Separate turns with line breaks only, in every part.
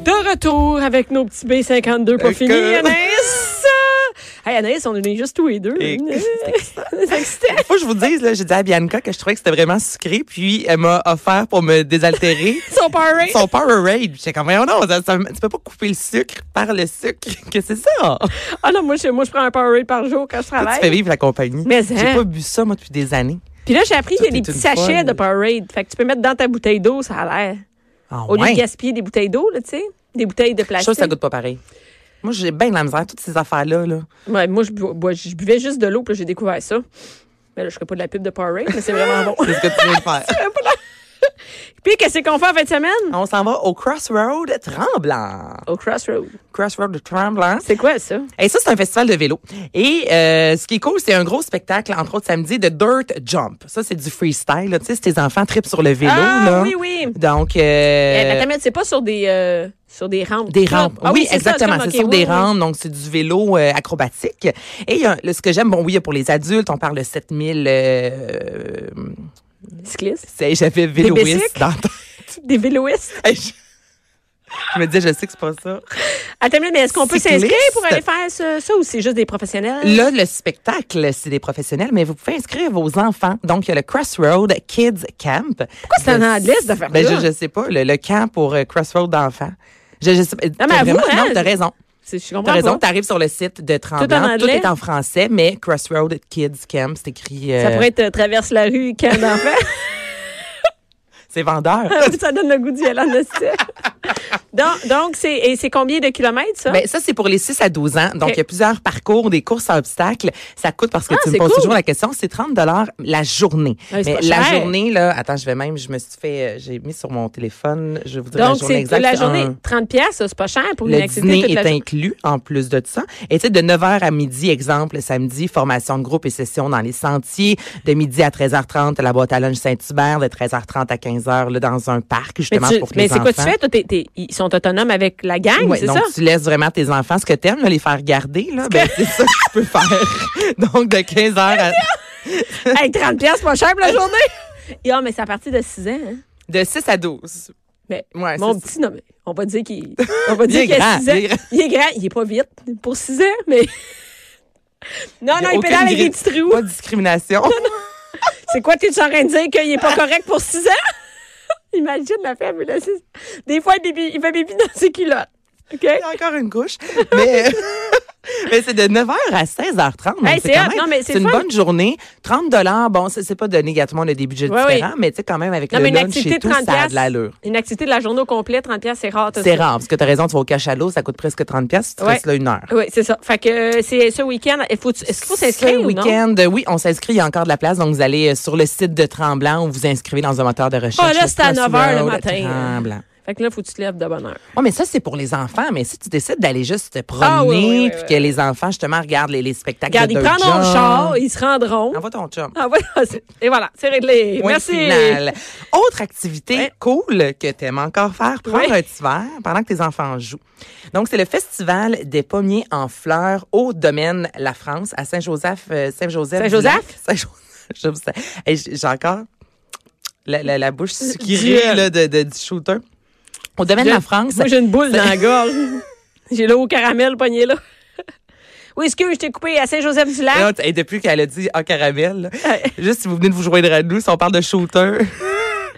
De retour avec nos petits B52 pas
Euh,
finis,
que-
Anaïs! Hey, Anaïs, on en est juste tous les deux.
Et-
C'est excitant.
Faut que je vous dise, là, j'ai dit à Bianca que je trouvais que c'était vraiment sucré, puis elle m'a offert pour me désaltérer
Son Powerade.
son Powerade. J'étais comme, voyons non, ça, ça- tu peux pas couper le sucre par le sucre. Que c'est ça?
Ah non, moi je, moi, je prends un Powerade par jour quand je
Tu fais
travaille.
vivre la compagnie.
Mais,
j'ai
hein.
pas bu ça, moi, depuis des années.
Puis là, j'ai appris qu'il y a
Tout
des
est
petits
une
sachets
folle.
de Powerade. Fait que tu peux mettre dans ta bouteille d'eau, ça a l'air.
Ah,
Au lieu
ouais.
de gaspiller des bouteilles d'eau, là, tu sais. Des bouteilles de
Je suis
plastique.
sûre que ça goûte pas pareil. Moi, j'ai bien de la misère, toutes ces affaires-là. Là.
Ouais, moi, je, bu- bois- je buvais juste de l'eau, puis là, j'ai découvert ça. Mais là, je ferais pas de la pub de Powerade, mais c'est vraiment Ah bon.
C'est ce que tu viens de faire.
Puis qu'est-ce qu'on fait en fin de semaine?
On s'en va au Crossroad Tremblant.
Au Crossroad.
Crossroad Tremblant.
C'est quoi ça?
Et ça, c'est un festival de vélo. Et euh, ce qui est cool, c'est un gros spectacle, entre autres samedi, de Dirt Jump. Ça, c'est du freestyle. là. Tu sais, si tes enfants tripent sur le vélo.
ah
là.
oui, oui.
Donc, euh,
Eh, mais attends, mais c'est pas sur des, euh, sur des rampes.
des rampes.
Ah
oui,
c'est ça,
exactement.
comme,
C'est
ok,
sur
oui,
des
oui.
rampes, donc c'est du vélo euh, acrobatique. Et il y a un- le- ce que j'aime, bon, oui, il y a pour les adultes, on parle de 7000... Euh,
Cyclistes.
c'est- J'avais véloïste
bicycles?
dans ta-
Des véloistes.
Hey, je... je me disais, je sais que c'est pas ça.
Attends, mais est-ce qu'on peut
Cyclistes.
s'inscrire pour aller faire ce- ça ou c'est juste des professionnels?
Là, le spectacle, c'est des professionnels, mais vous pouvez inscrire vos enfants. Donc, il y a le Crossroad Kids Camp. Pourquoi
c'est en anglais, cette affaire-là?
Ben, je, je sais pas, le, le camp pour euh, Crossroad d'enfants. Je, je sais pas. t'as
mais avoue,
vraiment-
hein,
non, t'as raison.
C'est- Je comprends
T'as raison,
pas.
t'arrives sur le site de Tremblant.
anglais?
est en français, mais Crossroad Kids Camp, c'est écrit... euh,
Ça pourrait être euh, traverse la rue, camp d'enfants.
C'est vendeur.
ça donne le goût d'y aller en esti. Donc, donc c'est, et c'est combien de kilomètres, ça?
Ben, ça, c'est pour les 6 à 12 ans. Donc, il
Ok.
y a plusieurs parcours, des courses à obstacles. Ça coûte, parce que
Ah,
tu me
c'est
poses
cool.
toujours la question, c'est 30 la journée.
Ah, c'est
Mais
pas
la
cher.
journée, là, attends, je vais même, je me suis fait, euh, j'ai mis sur mon téléphone, je vous dirai
donc,
la journée
c'est
exacte.
la journée,
un-
30 pièces, c'est pas cher pour une
le
activité
dîner
toute
est
la journée.
inclus en plus de ça. Et tu sais, de 9h à midi, exemple, samedi, formation de groupe et session dans les sentiers. De midi à 13h30, à la boîte à lunch Saint-Hubert. De 13h30 à 15h, là, dans un parc,
Mais,
justement,
tu-
pour que
mais
les
c'est quoi tu
enfants-
fais? Toi, t'es- t'es- ils sont autonomes avec la gang,
Ouais,
c'est
donc
ça?
tu laisses vraiment tes enfants ce que t'aimes, là, les faire garder, là, ben, c'est ça que tu peux faire. Donc de 15h à
Hey, 30 pièces, pas cher pour la journée. Et ah, mais c'est à partir de 6 ans. Hein?
de 6 à 12.
Mais
Ouais,
mon
Ah, c'est
petit, non, mais on va dire qu'il on va dire
est
qu'il a
grand,
6 ans.
il est grand.
Il est grand, il est pas vite pour 6 ans, mais Non, non, il
Aucune
pédale avec des
gri-
petits trous.
Pas de discrimination.
C'est quoi t'es en train de dire qu'il est pas correct pour 6 ans Imagine la femme là, c'est- Des fois il bibi- il fait bibi dans ses culottes. OK
Il y a encore une couche. Mais, euh, mais c'est de 9h à 16h30. donc
Hey, c'est
quand
hot.
même-
Non, mais c'est
c'est une
le fun.
bonne journée. 30 Bon, c'est c'est pas donné gâtement des budgets
Ouais,
différents, mais tu sais, quand même, avec
Non,
le
mais une
lunch
activité
et
de
tout,
30
ça a de l'allure.
Une activité de la journée au complet, 30 pièces, c'est rare. t'as
C'est
ça.
rare, parce que t'as raison, tu vas au cachalot, ça coûte presque 30 pièces, tu te
Ouais.
restes là une heure.
Oui, c'est ça. Fait que euh, c'est ce week-end. il faut- Est-ce qu'il faut
Ce
s'inscrire ou non?
week-end, euh, oui, on s'inscrit, il y a encore de la place. Donc, vous allez euh, sur le site de Tremblant ou vous inscrivez dans un moteur de recherche.
Ah, là, c'est à 9 heures le
Crossroad
matin. hein.
Tremblant.
Fait que là, faut que tu te lèves de bonne heure.
Oui, mais ça, c'est pour les enfants. Mais si tu décides d'aller juste te promener,
Ah, oui, oui, oui,
puis
oui,
que les enfants, justement, regardent les, les spectacles
Regarde,
de
ils
Dirk
prendront le
Jump.
char, ils se rendront.
Envoie ton chum.
Ah, voilà, c'est- et voilà, c'est réglé.
Point
Merci.
final. Autre activité
Ouais.
cool que tu aimes encore faire, prendre
Ouais.
un petit verre pendant que tes enfants jouent. Donc, c'est le Festival des pommiers en fleurs au domaine La France à Saint-Joseph. euh, Saint-Joseph.
Saint-Joseph?
Saint-Joseph. J'ai encore la, la- la bouche
Dieu.
sucrée là, de, de- du shooter. Au domaine de La France.
Moi, j'ai une boule dans la gorge. J'ai le haut caramel pogné là. Oui, excuse, je t'ai coupé à Saint-Joseph-du-Lac.
Et depuis qu'elle a dit en caramel, là, juste si vous venez de vous joindre à nous, si on parle de shooter.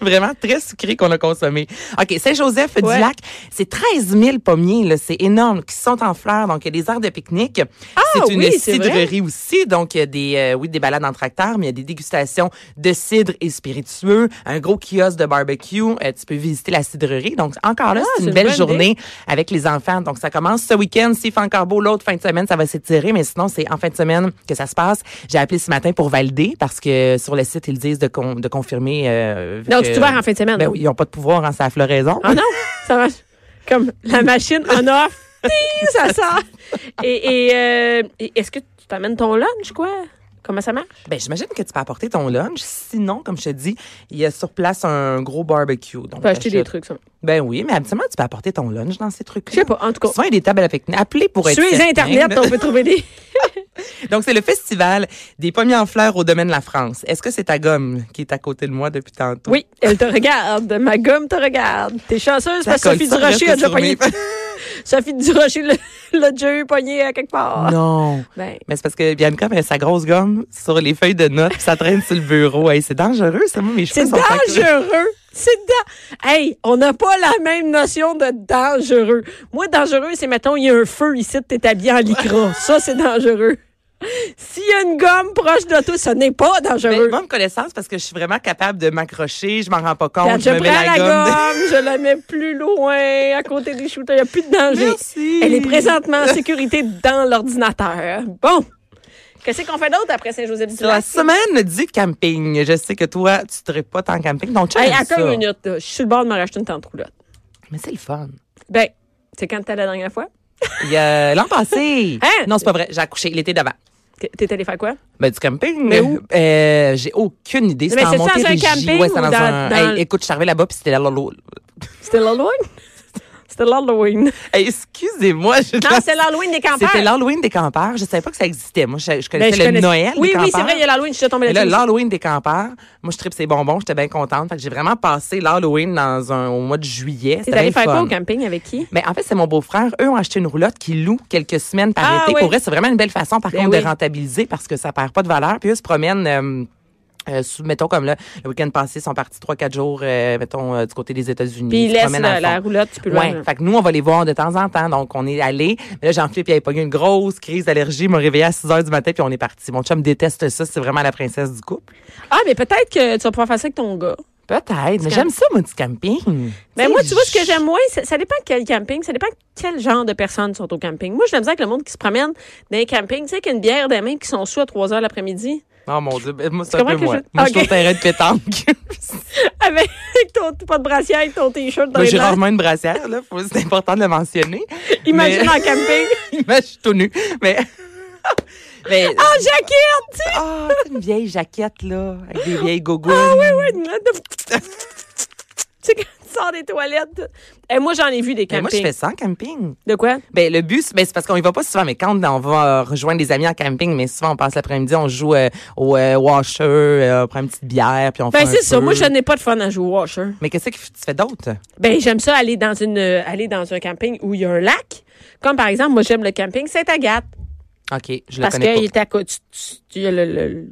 Vraiment très sucré qu'on a consommé. OK,
Ouais.
Saint-Joseph-du-Lac, c'est 13 000 pommiers, là, c'est énorme, qui sont en fleurs. Donc, il y a des aires de pique-nique. c'est une
Ah oui, c'est
cidrerie aussi. Donc, il y a des, euh, oui, des balades en tracteur, mais il y a des dégustations de cidre et spiritueux, un gros kiosque de barbecue. Euh, tu peux visiter la cidrerie. Donc, encore là,
Ah,
c'est une,
c'est une
belle
bonne
journée avec les enfants. Donc, ça commence ce week-end. S'il fait encore beau, l'autre fin de semaine, ça va s'étirer. Mais sinon, c'est en fin de semaine que ça se passe. J'ai appelé ce matin pour valider parce que sur le site, ils disent de, con- de confirmer. euh,
Donc,
que-
c'est ouvert en fin de semaine.
Ben oui, ils n'ont pas de pouvoir en sa floraison.
Ah non, ça marche. Comme la machine en off. Ting, ça sort. Et, et, euh, et est-ce que tu t'amènes ton lunch, quoi? Comment ça marche?
Ben, j'imagine que tu peux apporter ton lunch. Sinon, comme je te dis, il y a sur place un gros barbecue. Donc,
Tu peux acheter des
t'achètes-
trucs, ça.
Ben oui, mais habituellement, tu peux apporter ton lunch dans ces trucs-là.
Je sais pas, en tout cas.
Souvent, il y a des tables avec. Appelez pour être.
Sur les
certain,
Internet,
là.
on peut trouver des.
Donc, c'est le festival des pommiers en fleurs au domaine de la France. Est-ce que c'est ta gomme qui est à côté de moi depuis tantôt?
Oui, elle te regarde. Ma gomme te regarde. T'es chanceuse
Ça
parce que
colle
Sophie
ça,
Durocher a
reste
déjà
sur
pogné.
mes-
Sophie Durocher l'a- l'a déjà eu pogné à quelque part.
Non.
Ben,
Mais c'est parce que Bianca met sa grosse gomme sur les feuilles de notes, puis ça traîne sur le bureau. Hey, c'est dangereux, ça. Moi, mes cheveux
c'est
sont sacrés.
dangereux. C'est da... Hey, on n'a pas la même notion de dangereux. Moi, dangereux, c'est mettons, il y a un feu ici, t'es habillé en lycra. Ça, c'est dangereux. S'il y a une gomme proche de toi, ce n'est pas dangereux.
Mais moi, me Ben, connaissance, parce que je suis vraiment capable de m'accrocher, je m'en rends pas compte,
Quand je
je me mets
prends
la,
la
gomme.
gomme, je la mets plus loin, à côté des shooters, il n'y a plus de danger.
Merci.
Elle est présentement en sécurité dans l'ordinateur. Bon. Qu'est-ce qu'on fait d'autre après
La
Saint-Joseph-du-Lac?
semaine du camping. Je sais que toi, tu ne pas tant en camping. Donc, tu
Hey,
aimes
attends
ça.
une minute. là. Je suis sur le bord de me racheter une tente roulotte.
Mais c'est le fun.
Ben, c'est quand t'es la dernière fois?
Il y a- L'an passé.
Hein?
Non, c'est pas vrai. J'ai accouché l'été d'avant.
T'es- T'es allé faire quoi?
Ben, du camping.
Mais où?
Euh, j'ai aucune idée.
Mais
C'était en
c'est-tu dans un
Montérégie.
camping
Ouais, c'était
ou
dans,
dans-
un...
dans-
Hey, écoute, je suis arrivée là-bas, puis c'était la lolo.
C'était l'Halloween? C'était l'Halloween.
Hey, excusez-moi. je-
Non, c'est l'Halloween des campeurs.
C'était l'Halloween des campeurs. Je savais pas que ça existait. Moi, je,
Ben,
je connaissais
je
le
connais-
Noël
Oui,
des campeurs.
oui, c'est vrai, il y a l'Halloween, je suis tombée
Mais là,
là-dessus.
l'Halloween des campeurs, moi, je tripe ses bonbons, j'étais bien contente. Fait que j'ai vraiment passé l'Halloween dans un, au mois de juillet.
T'es
C'était
allé
bien
faire quoi
fun.
au camping avec qui?
Mais Ben, en fait, c'est mon beau-frère. Eux ont acheté une roulotte qui loue quelques semaines par
Ah,
été.
oui.
Pour eux, c'est vraiment une belle façon, par
Ben
contre,
oui.
de rentabiliser parce que ça perd pas de valeur. Puis eux se promènent. euh, euh, sous- mettons comme là, le week-end passé, ils sont partis 3-4 jours, euh, mettons, euh, du côté des États-Unis.
Puis
Ils
il
se
laisse
promènent
la,
en
la
fond.
roulotte, tu peux le
Ouais. Fait que nous, on va les voir de temps en temps. Donc, on est allés. Mais là, Jean-Philippe, il avait pas eu une grosse crise d'allergie. Il m'a réveillé à 6 heures du matin, puis on est parti. Mon chum déteste ça. C'est vraiment la princesse du couple.
Ah, mais peut-être que tu vas pouvoir faire ça avec ton gars.
Peut-être. Mais
camp-
j'aime ça, moi, du camping.
Mais
Tu
moi,
sais,
tu vois, ce que
je-
j'aime moins, ça, ça dépend quel camping, ça dépend quel genre de personnes sont au camping. Moi, j'aime ça avec le monde qui se promène dans les campings, tu sais, avec une bière dans la main, qui sont sous à 3 heures l'après-midi.
Oh mon Dieu. Ben, Moi, c'est
Tu
un peu
comprends que
moi.
je-
Moi, je suis
Ok.
au terrain de pétanque.
Avec ton pas de brassière, avec ton t-shirt dans
Moi,
les
j'ai
mains.
rarement une brassière, là. Faut- C'est important de le mentionner.
Imagine en camping.
Mais... Moi, je suis tout nu. Mais. mais.
Ah, Jacqueline! tu sais,
Ah, c'est une vieille jaquette, là, avec des vieilles gougounes.
une note de- Tu sais, quand tu sors des toilettes. Et moi, j'en ai vu des
Mais moi, je
campings.
fais ça en camping.
De quoi?
Ben, le bus, ben, c'est parce qu'on y va pas souvent, mais quand on va euh, rejoindre des amis en camping, mais souvent, on passe l'après-midi, on joue euh, au euh, washer, euh, on prend une petite bière, puis on fait
Ben,
un
c'est ça.
peu.
Moi, je n'ai pas de fun à jouer au washer.
Mais qu'est-ce que tu fais d'autre?
Ben, j'aime ça aller dans une, euh, aller dans un camping où il y a un lac. Comme par exemple, moi, j'aime le camping Sainte-Agathe.
OK, je le
Parce
connais pas.
qu'il était à côté. Il y a le. le- le-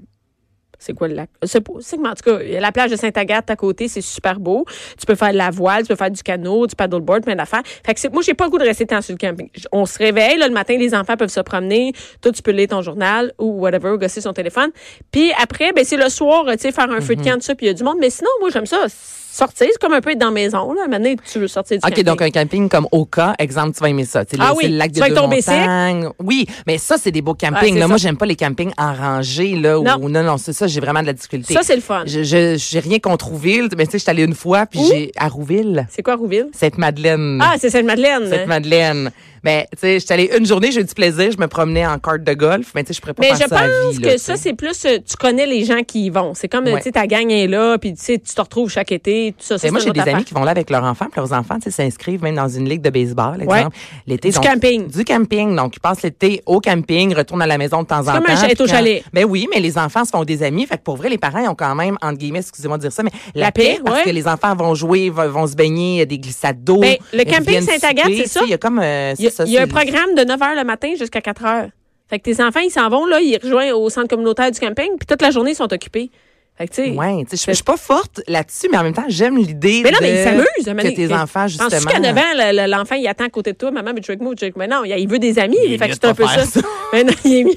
c'est quoi le lac? Je sais pas. C'est que, mais en tout cas, il y a la plage de Sainte-Agathe à côté, c'est super beau. Tu peux faire de la voile, tu peux faire du canot, du paddleboard, plein d'affaires. Fait que c'est- moi, j'ai pas le goût de rester tant sur le camping. J- On se réveille, là, le matin, les enfants peuvent se promener. Toi, tu peux lire ton journal ou whatever, gosser son téléphone. Puis après, ben, c'est le soir, euh, tu sais, faire un feu de
Mm-hmm.
camp, tout ça, puis il y a du monde. Mais sinon, moi, j'aime ça. Sortir, c'est comme un peu être dans la maison, là. Maintenant, tu veux sortir du
OK,
camping.
donc un camping comme Oka, exemple, tu vas aimer ça. Tu sais,
Ah
le-
oui,
c'est le lac
tu
de
vas avec
deux
ton bicycle.
montagnes. Oui, mais ça, c'est des beaux
Ah,
campings.
c'est
là,
ça.
moi, j'aime pas les campings en rangée. Là, où-
Non.
non, non, c'est ça, j'ai vraiment de la difficulté.
Ça, c'est le fun.
Je je- j'ai rien contre Rouville, mais tu sais, je suis allée une fois, puis
Où?
j'ai à Rouville,
C'est quoi, Rouville?
Mm. Sainte-Madeleine.
Ah, c'est Sainte-Madeleine. hein?
Sainte-Madeleine. Ben, tu sais, je suis allée une journée, j'ai eu du plaisir, je me promenais en carte de golf, mais tu sais, je pourrais pas
Mais je
faire ça à la
pense
vie, là,
que
tu
ça,
sais.
c'est plus, euh, tu connais les gens qui y vont. C'est comme, euh,
Ouais.
tu sais, ta gang est là, puis tu sais, tu te retrouves chaque été, tout ça. ça,
Mais moi,
c'est
j'ai
une
des
autre
amis
affaire.
qui vont là avec leurs enfants, puis leurs enfants tu sais, s'inscrivent même dans une ligue de baseball,
Ouais.
exemple. L'été,
Du
donc,
camping.
Du camping. Donc, ils passent l'été au camping, retournent à la maison de temps en temps.
comme un château
puis quand-
chalet.
Ben oui, mais les enfants se font des amis. Fait que pour vrai, les parents ils ont quand même, entre guillemets, excusez-moi de dire ça, mais la,
La
paix,
paix,
parce
ouais.
que les enfants vont jouer, vont, vont se baigner, il y a des glissades d'eau.
Ben, le
ils
camping
viennent
Sainte-Agathe,
souper,
c'est
tu
ça?
sais, Il y a comme, euh,
Il y a,
c'est ça,
il y a un
c'est-
programme de 9 h le matin jusqu'à 4 h. Fait que tes enfants, ils s'en vont, là, ils rejoignent au centre communautaire du camping, puis toute la journée, ils sont occupés. Fait que, tu sais.
Ouais, tu sais, je je suis pas forte là-dessus, mais en même temps, j'aime l'idée
Mais non,
de-
mais ils s'amusent. à
que
mener-
tes
mais-
enfants, justement.
Penses-tu qu'à 9 ans, le- le- l'enfant, il attend à côté de toi, maman, mais tu joues avec moi, tu joues avec moi. Non, il il veut des amis.
Il est
fait que
mieux
c'est un
de pas
peu ça.
faire ça.
Mais non, il est mieux.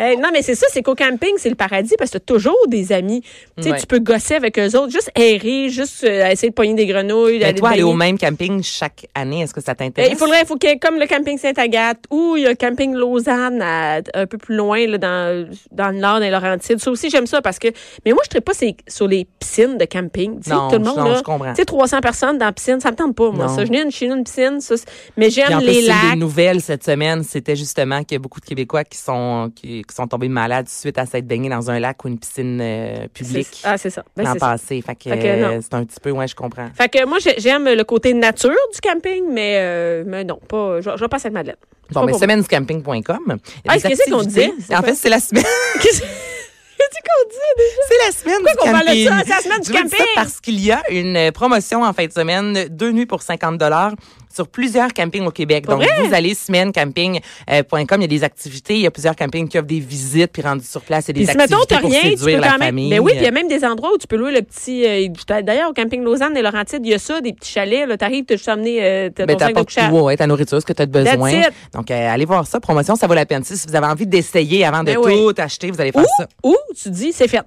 Euh, non, mais c'est ça, c'est qu'au camping, c'est le paradis parce que t'as toujours des amis. Tu sais,
Ouais.
Tu peux gosser avec eux autres, juste errer, juste euh, essayer de pogner des grenouilles.
Mais
aller te
ben, toi, aller au
baigner.
même camping chaque année, est-ce que ça
Euh,
t'intéresse?
il faudrait, faut qu'il y ait comme le camping Sainte-Agathe ou il y a le camping Lausanne à- un peu plus loin, là, dans, dans le nord des Laurentides. Ça aussi, j'aime ça parce que. Mais moi, je ne pas c'est sur les piscines de camping. Tu sais,
Non,
tout le
je-
monde,
non,
là,
je comprends.
Tu sais, 300 personnes dans la piscine, ça me tente pas, moi.
Non.
Ça, je n'ai une, je suis une piscine, ça, c'est- mais
Puis
j'aime
en plus,
les
c'est une des
lacs.
nouvelles cette semaine, c'était justement qu'il y a beaucoup de Québécois qui sont qui, qui sont tombés malades suite à s'être baignés dans un lac ou une piscine euh, publique
C'est- Ah, c'est ça. Ben,
l'an
c'est ça.
passé. Fait que,
Fait que non.
euh, c'est un petit peu, ouais, je comprends.
Fait que moi, j'ai- j'aime le côté nature du camping, mais, euh, mais non, pas. Je, je vais passer à Madeleine. C'est
Bon,
pas
mais
pour-
semainescamping.com.
Ah, qu'est-ce qu'on dit? C'est
En
quoi?
fait, c'est la semaine.
Qu'est-ce qu'est-ce qu'on dit déjà?
C'est la semaine
Pourquoi
du
qu'on parle de
camping.
ça? C'est la semaine du
Je vous dis ça
camping.
parce qu'il y a une euh, promotion en fin de semaine, deux nuits pour 50 dollars sur plusieurs campings au Québec.
Pour
Donc,
vrai?
vous allez semainecamping.com, il y a des activités, il y a plusieurs campings qui offrent des visites, puis rendus sur place, et des
Puis si
activités
mettons, t'as
pour
rien, tu
séduire
peux
la
quand même.
famille. euh.
Ben oui, puis il y a même des endroits où tu peux louer le petit. euh, j'étais- D'ailleurs, au camping Lausanne et Laurentides, il y a ça, des petits chalets. Là, t'arrives, t'as juste amené euh, t'as
Ben,
ton sac de
t'apportes
couchage.
tout, ouais, ta nourriture, ce que tu as besoin.
That's it.
Donc, euh, allez voir ça. Promotion, ça vaut la peine. Si vous avez envie d'essayer avant de
Ben
tout
oui.
acheter, vous allez faire
Ou,
Ah, ça.
ou tu dis, c'est fait.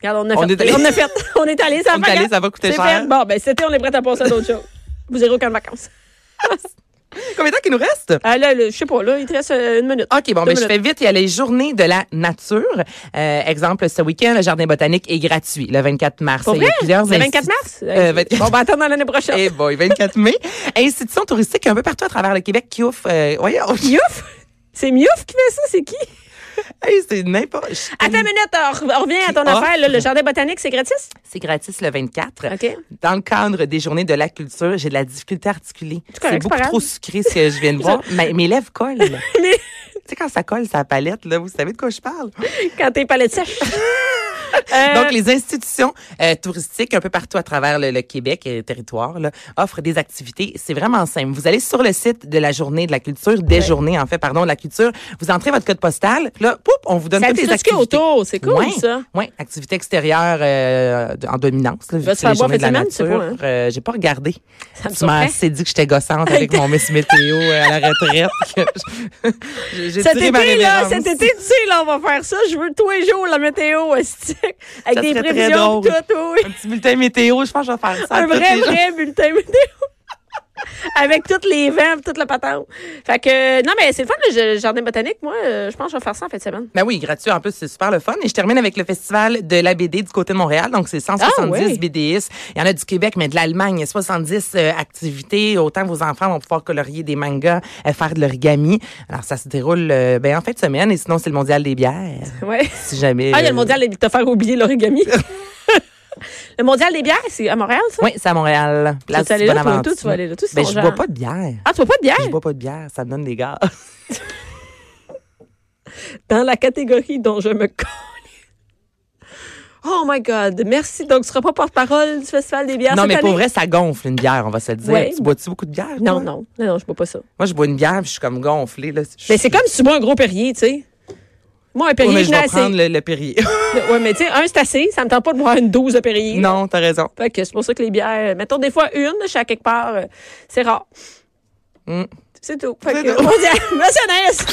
Regarde, on a
On
fait.
est allé-
On a fait. On est allé, ça
On est
va.
allé, ça va coûter
C'est
cher.
fait. Bon, ben, c'était, on est prêt à passer à d'autres choses. Vous irez aucune vacances.
Combien de temps qu'il nous reste?
Ah, là, là, je sais pas, là, il te reste euh, une minute.
OK, bon,
Deux
ben, je
minutes.
fais vite. Il y a les journées de la nature. Euh, exemple, ce week-end, le jardin botanique est gratuit, le 24 mars.
Pour
Il y a
vrai?
plusieurs
Le 24
instituts-
mars?
Euh, 24
Bon, ben, attends dans l'année prochaine.
Eh boy, 24 mai. Institutions touristiques un peu partout à travers le Québec qui offrent... Euh, voyons,
Miouf? C'est Miouf qui fait ça? C'est qui?
hey, c'est n'importe... Ah, je-
Attends une minute, on re- on revient à ton
Qui offre?
affaire. là, le jardin botanique, c'est gratis?
C'est gratis le 24.
OK.
Dans le cadre des journées de la culture, j'ai de la difficulté à articuler.
correct,
C'est
c'est pas
beaucoup
grave.
trop sucré ce que je viens de voir. Mais mes lèvres collent. tu sais, quand ça colle sa palette, là, vous savez de quoi je parle.
Quand t'es palette sèche. Euh,
Donc, les institutions euh, touristiques un peu partout à travers le, le Québec et le territoire là, offrent des activités. C'est vraiment simple. Vous allez sur le site de la journée de la culture, des
Ouais.
journées, en fait, pardon, de la culture. Vous entrez votre code postal. puis Là, poup, on vous donne
Ça
toutes
dit
les
tout ce qu'il y
activités.
a autour. C'est cool,
Ouais,
ça.
ouais, activités extérieures euh, de- en dominance. Là, vu
Va
que
se
c'est
faire
les
boire
journées de la
cette semaine,
nature.
tu sais hein.
Euh, J'ai pas regardé.
Ça me
tu m'as
surprend.
assez dit que j'étais gossante avec mon Miss Météo euh, à la retraite. que je- J'ai
Cet
tiré ma
été, là,
révérence.
cet été, tu sais, là, on va faire ça. Je veux tous les jours la météo, esti, avec
Ça
des
serait très
prévisions, pis
drôle.
tout, oui.
Un petit bulletin météo, je pense que je vais faire ça. à
Un
tous
vrai,
les gens.
vrai bulletin météo. Avec tous les vents, pis toute la patente. Fait que, euh, non, mais c'est le fun, le jardin botanique. Moi, euh, je pense que je vais faire ça en fin de semaine.
Ben oui, gratuit. En plus, c'est super le fun. Et je termine avec le festival de la BD du côté de Montréal. Donc, c'est 170
Ah ouais.
BDistes. Il y en a du Québec, mais de l'Allemagne. 70 euh, activités. Autant vos enfants vont pouvoir colorier des mangas, euh, faire de l'origami. Alors, ça se déroule euh, ben, en fin de semaine. Et sinon, c'est le mondial des bières.
Ouais.
Si jamais...
Ah, il y a
euh,
le mondial des... T'as faire oublier l'origami. le mondial des bières, c'est à Montréal, ça?
Oui, c'est à Montréal.
Tu vas
Place
aller là, toi,
Bonaventure.
toi, tu vas aller là. Tout, c'est
Ben,
ton
je
genre.
bois pas de bière.
Ah, tu bois pas de
Je
bière?
bois pas de bière. Ça me donne des gars.
Dans la catégorie dont je me colle. Oh my God. Merci. Donc, tu seras pas porte-parole du Festival des bières
non,
cette
mais pour
année?
vrai, ça gonfle une bière, on va se le dire.
Ouais.
Tu bois-tu beaucoup de bière?
Non,
toi?
non. Non, non, je bois pas ça.
Moi, je bois une bière, puis je suis comme gonflée. Là. Je-
Mais Ben, c'est comme si tu bois un gros Perrier, tu sais. Moi, un
Ouais,
Perrier,
Oh, mais
je
je
n'ai
vais
assez.
prendre le, le Perrier.
Ouais, mais tu sais, un, c'est assez. Ça me tente pas de boire une douze de Perrier.
non, t'as raison.
Fait que c'est pour ça que les bières, euh, mettons des fois une de chaque quelque part, euh, c'est rare.
Mm.
C'est tout. Fait
C'est
que,
tout.
on dit, à- Monsieur Anaïs!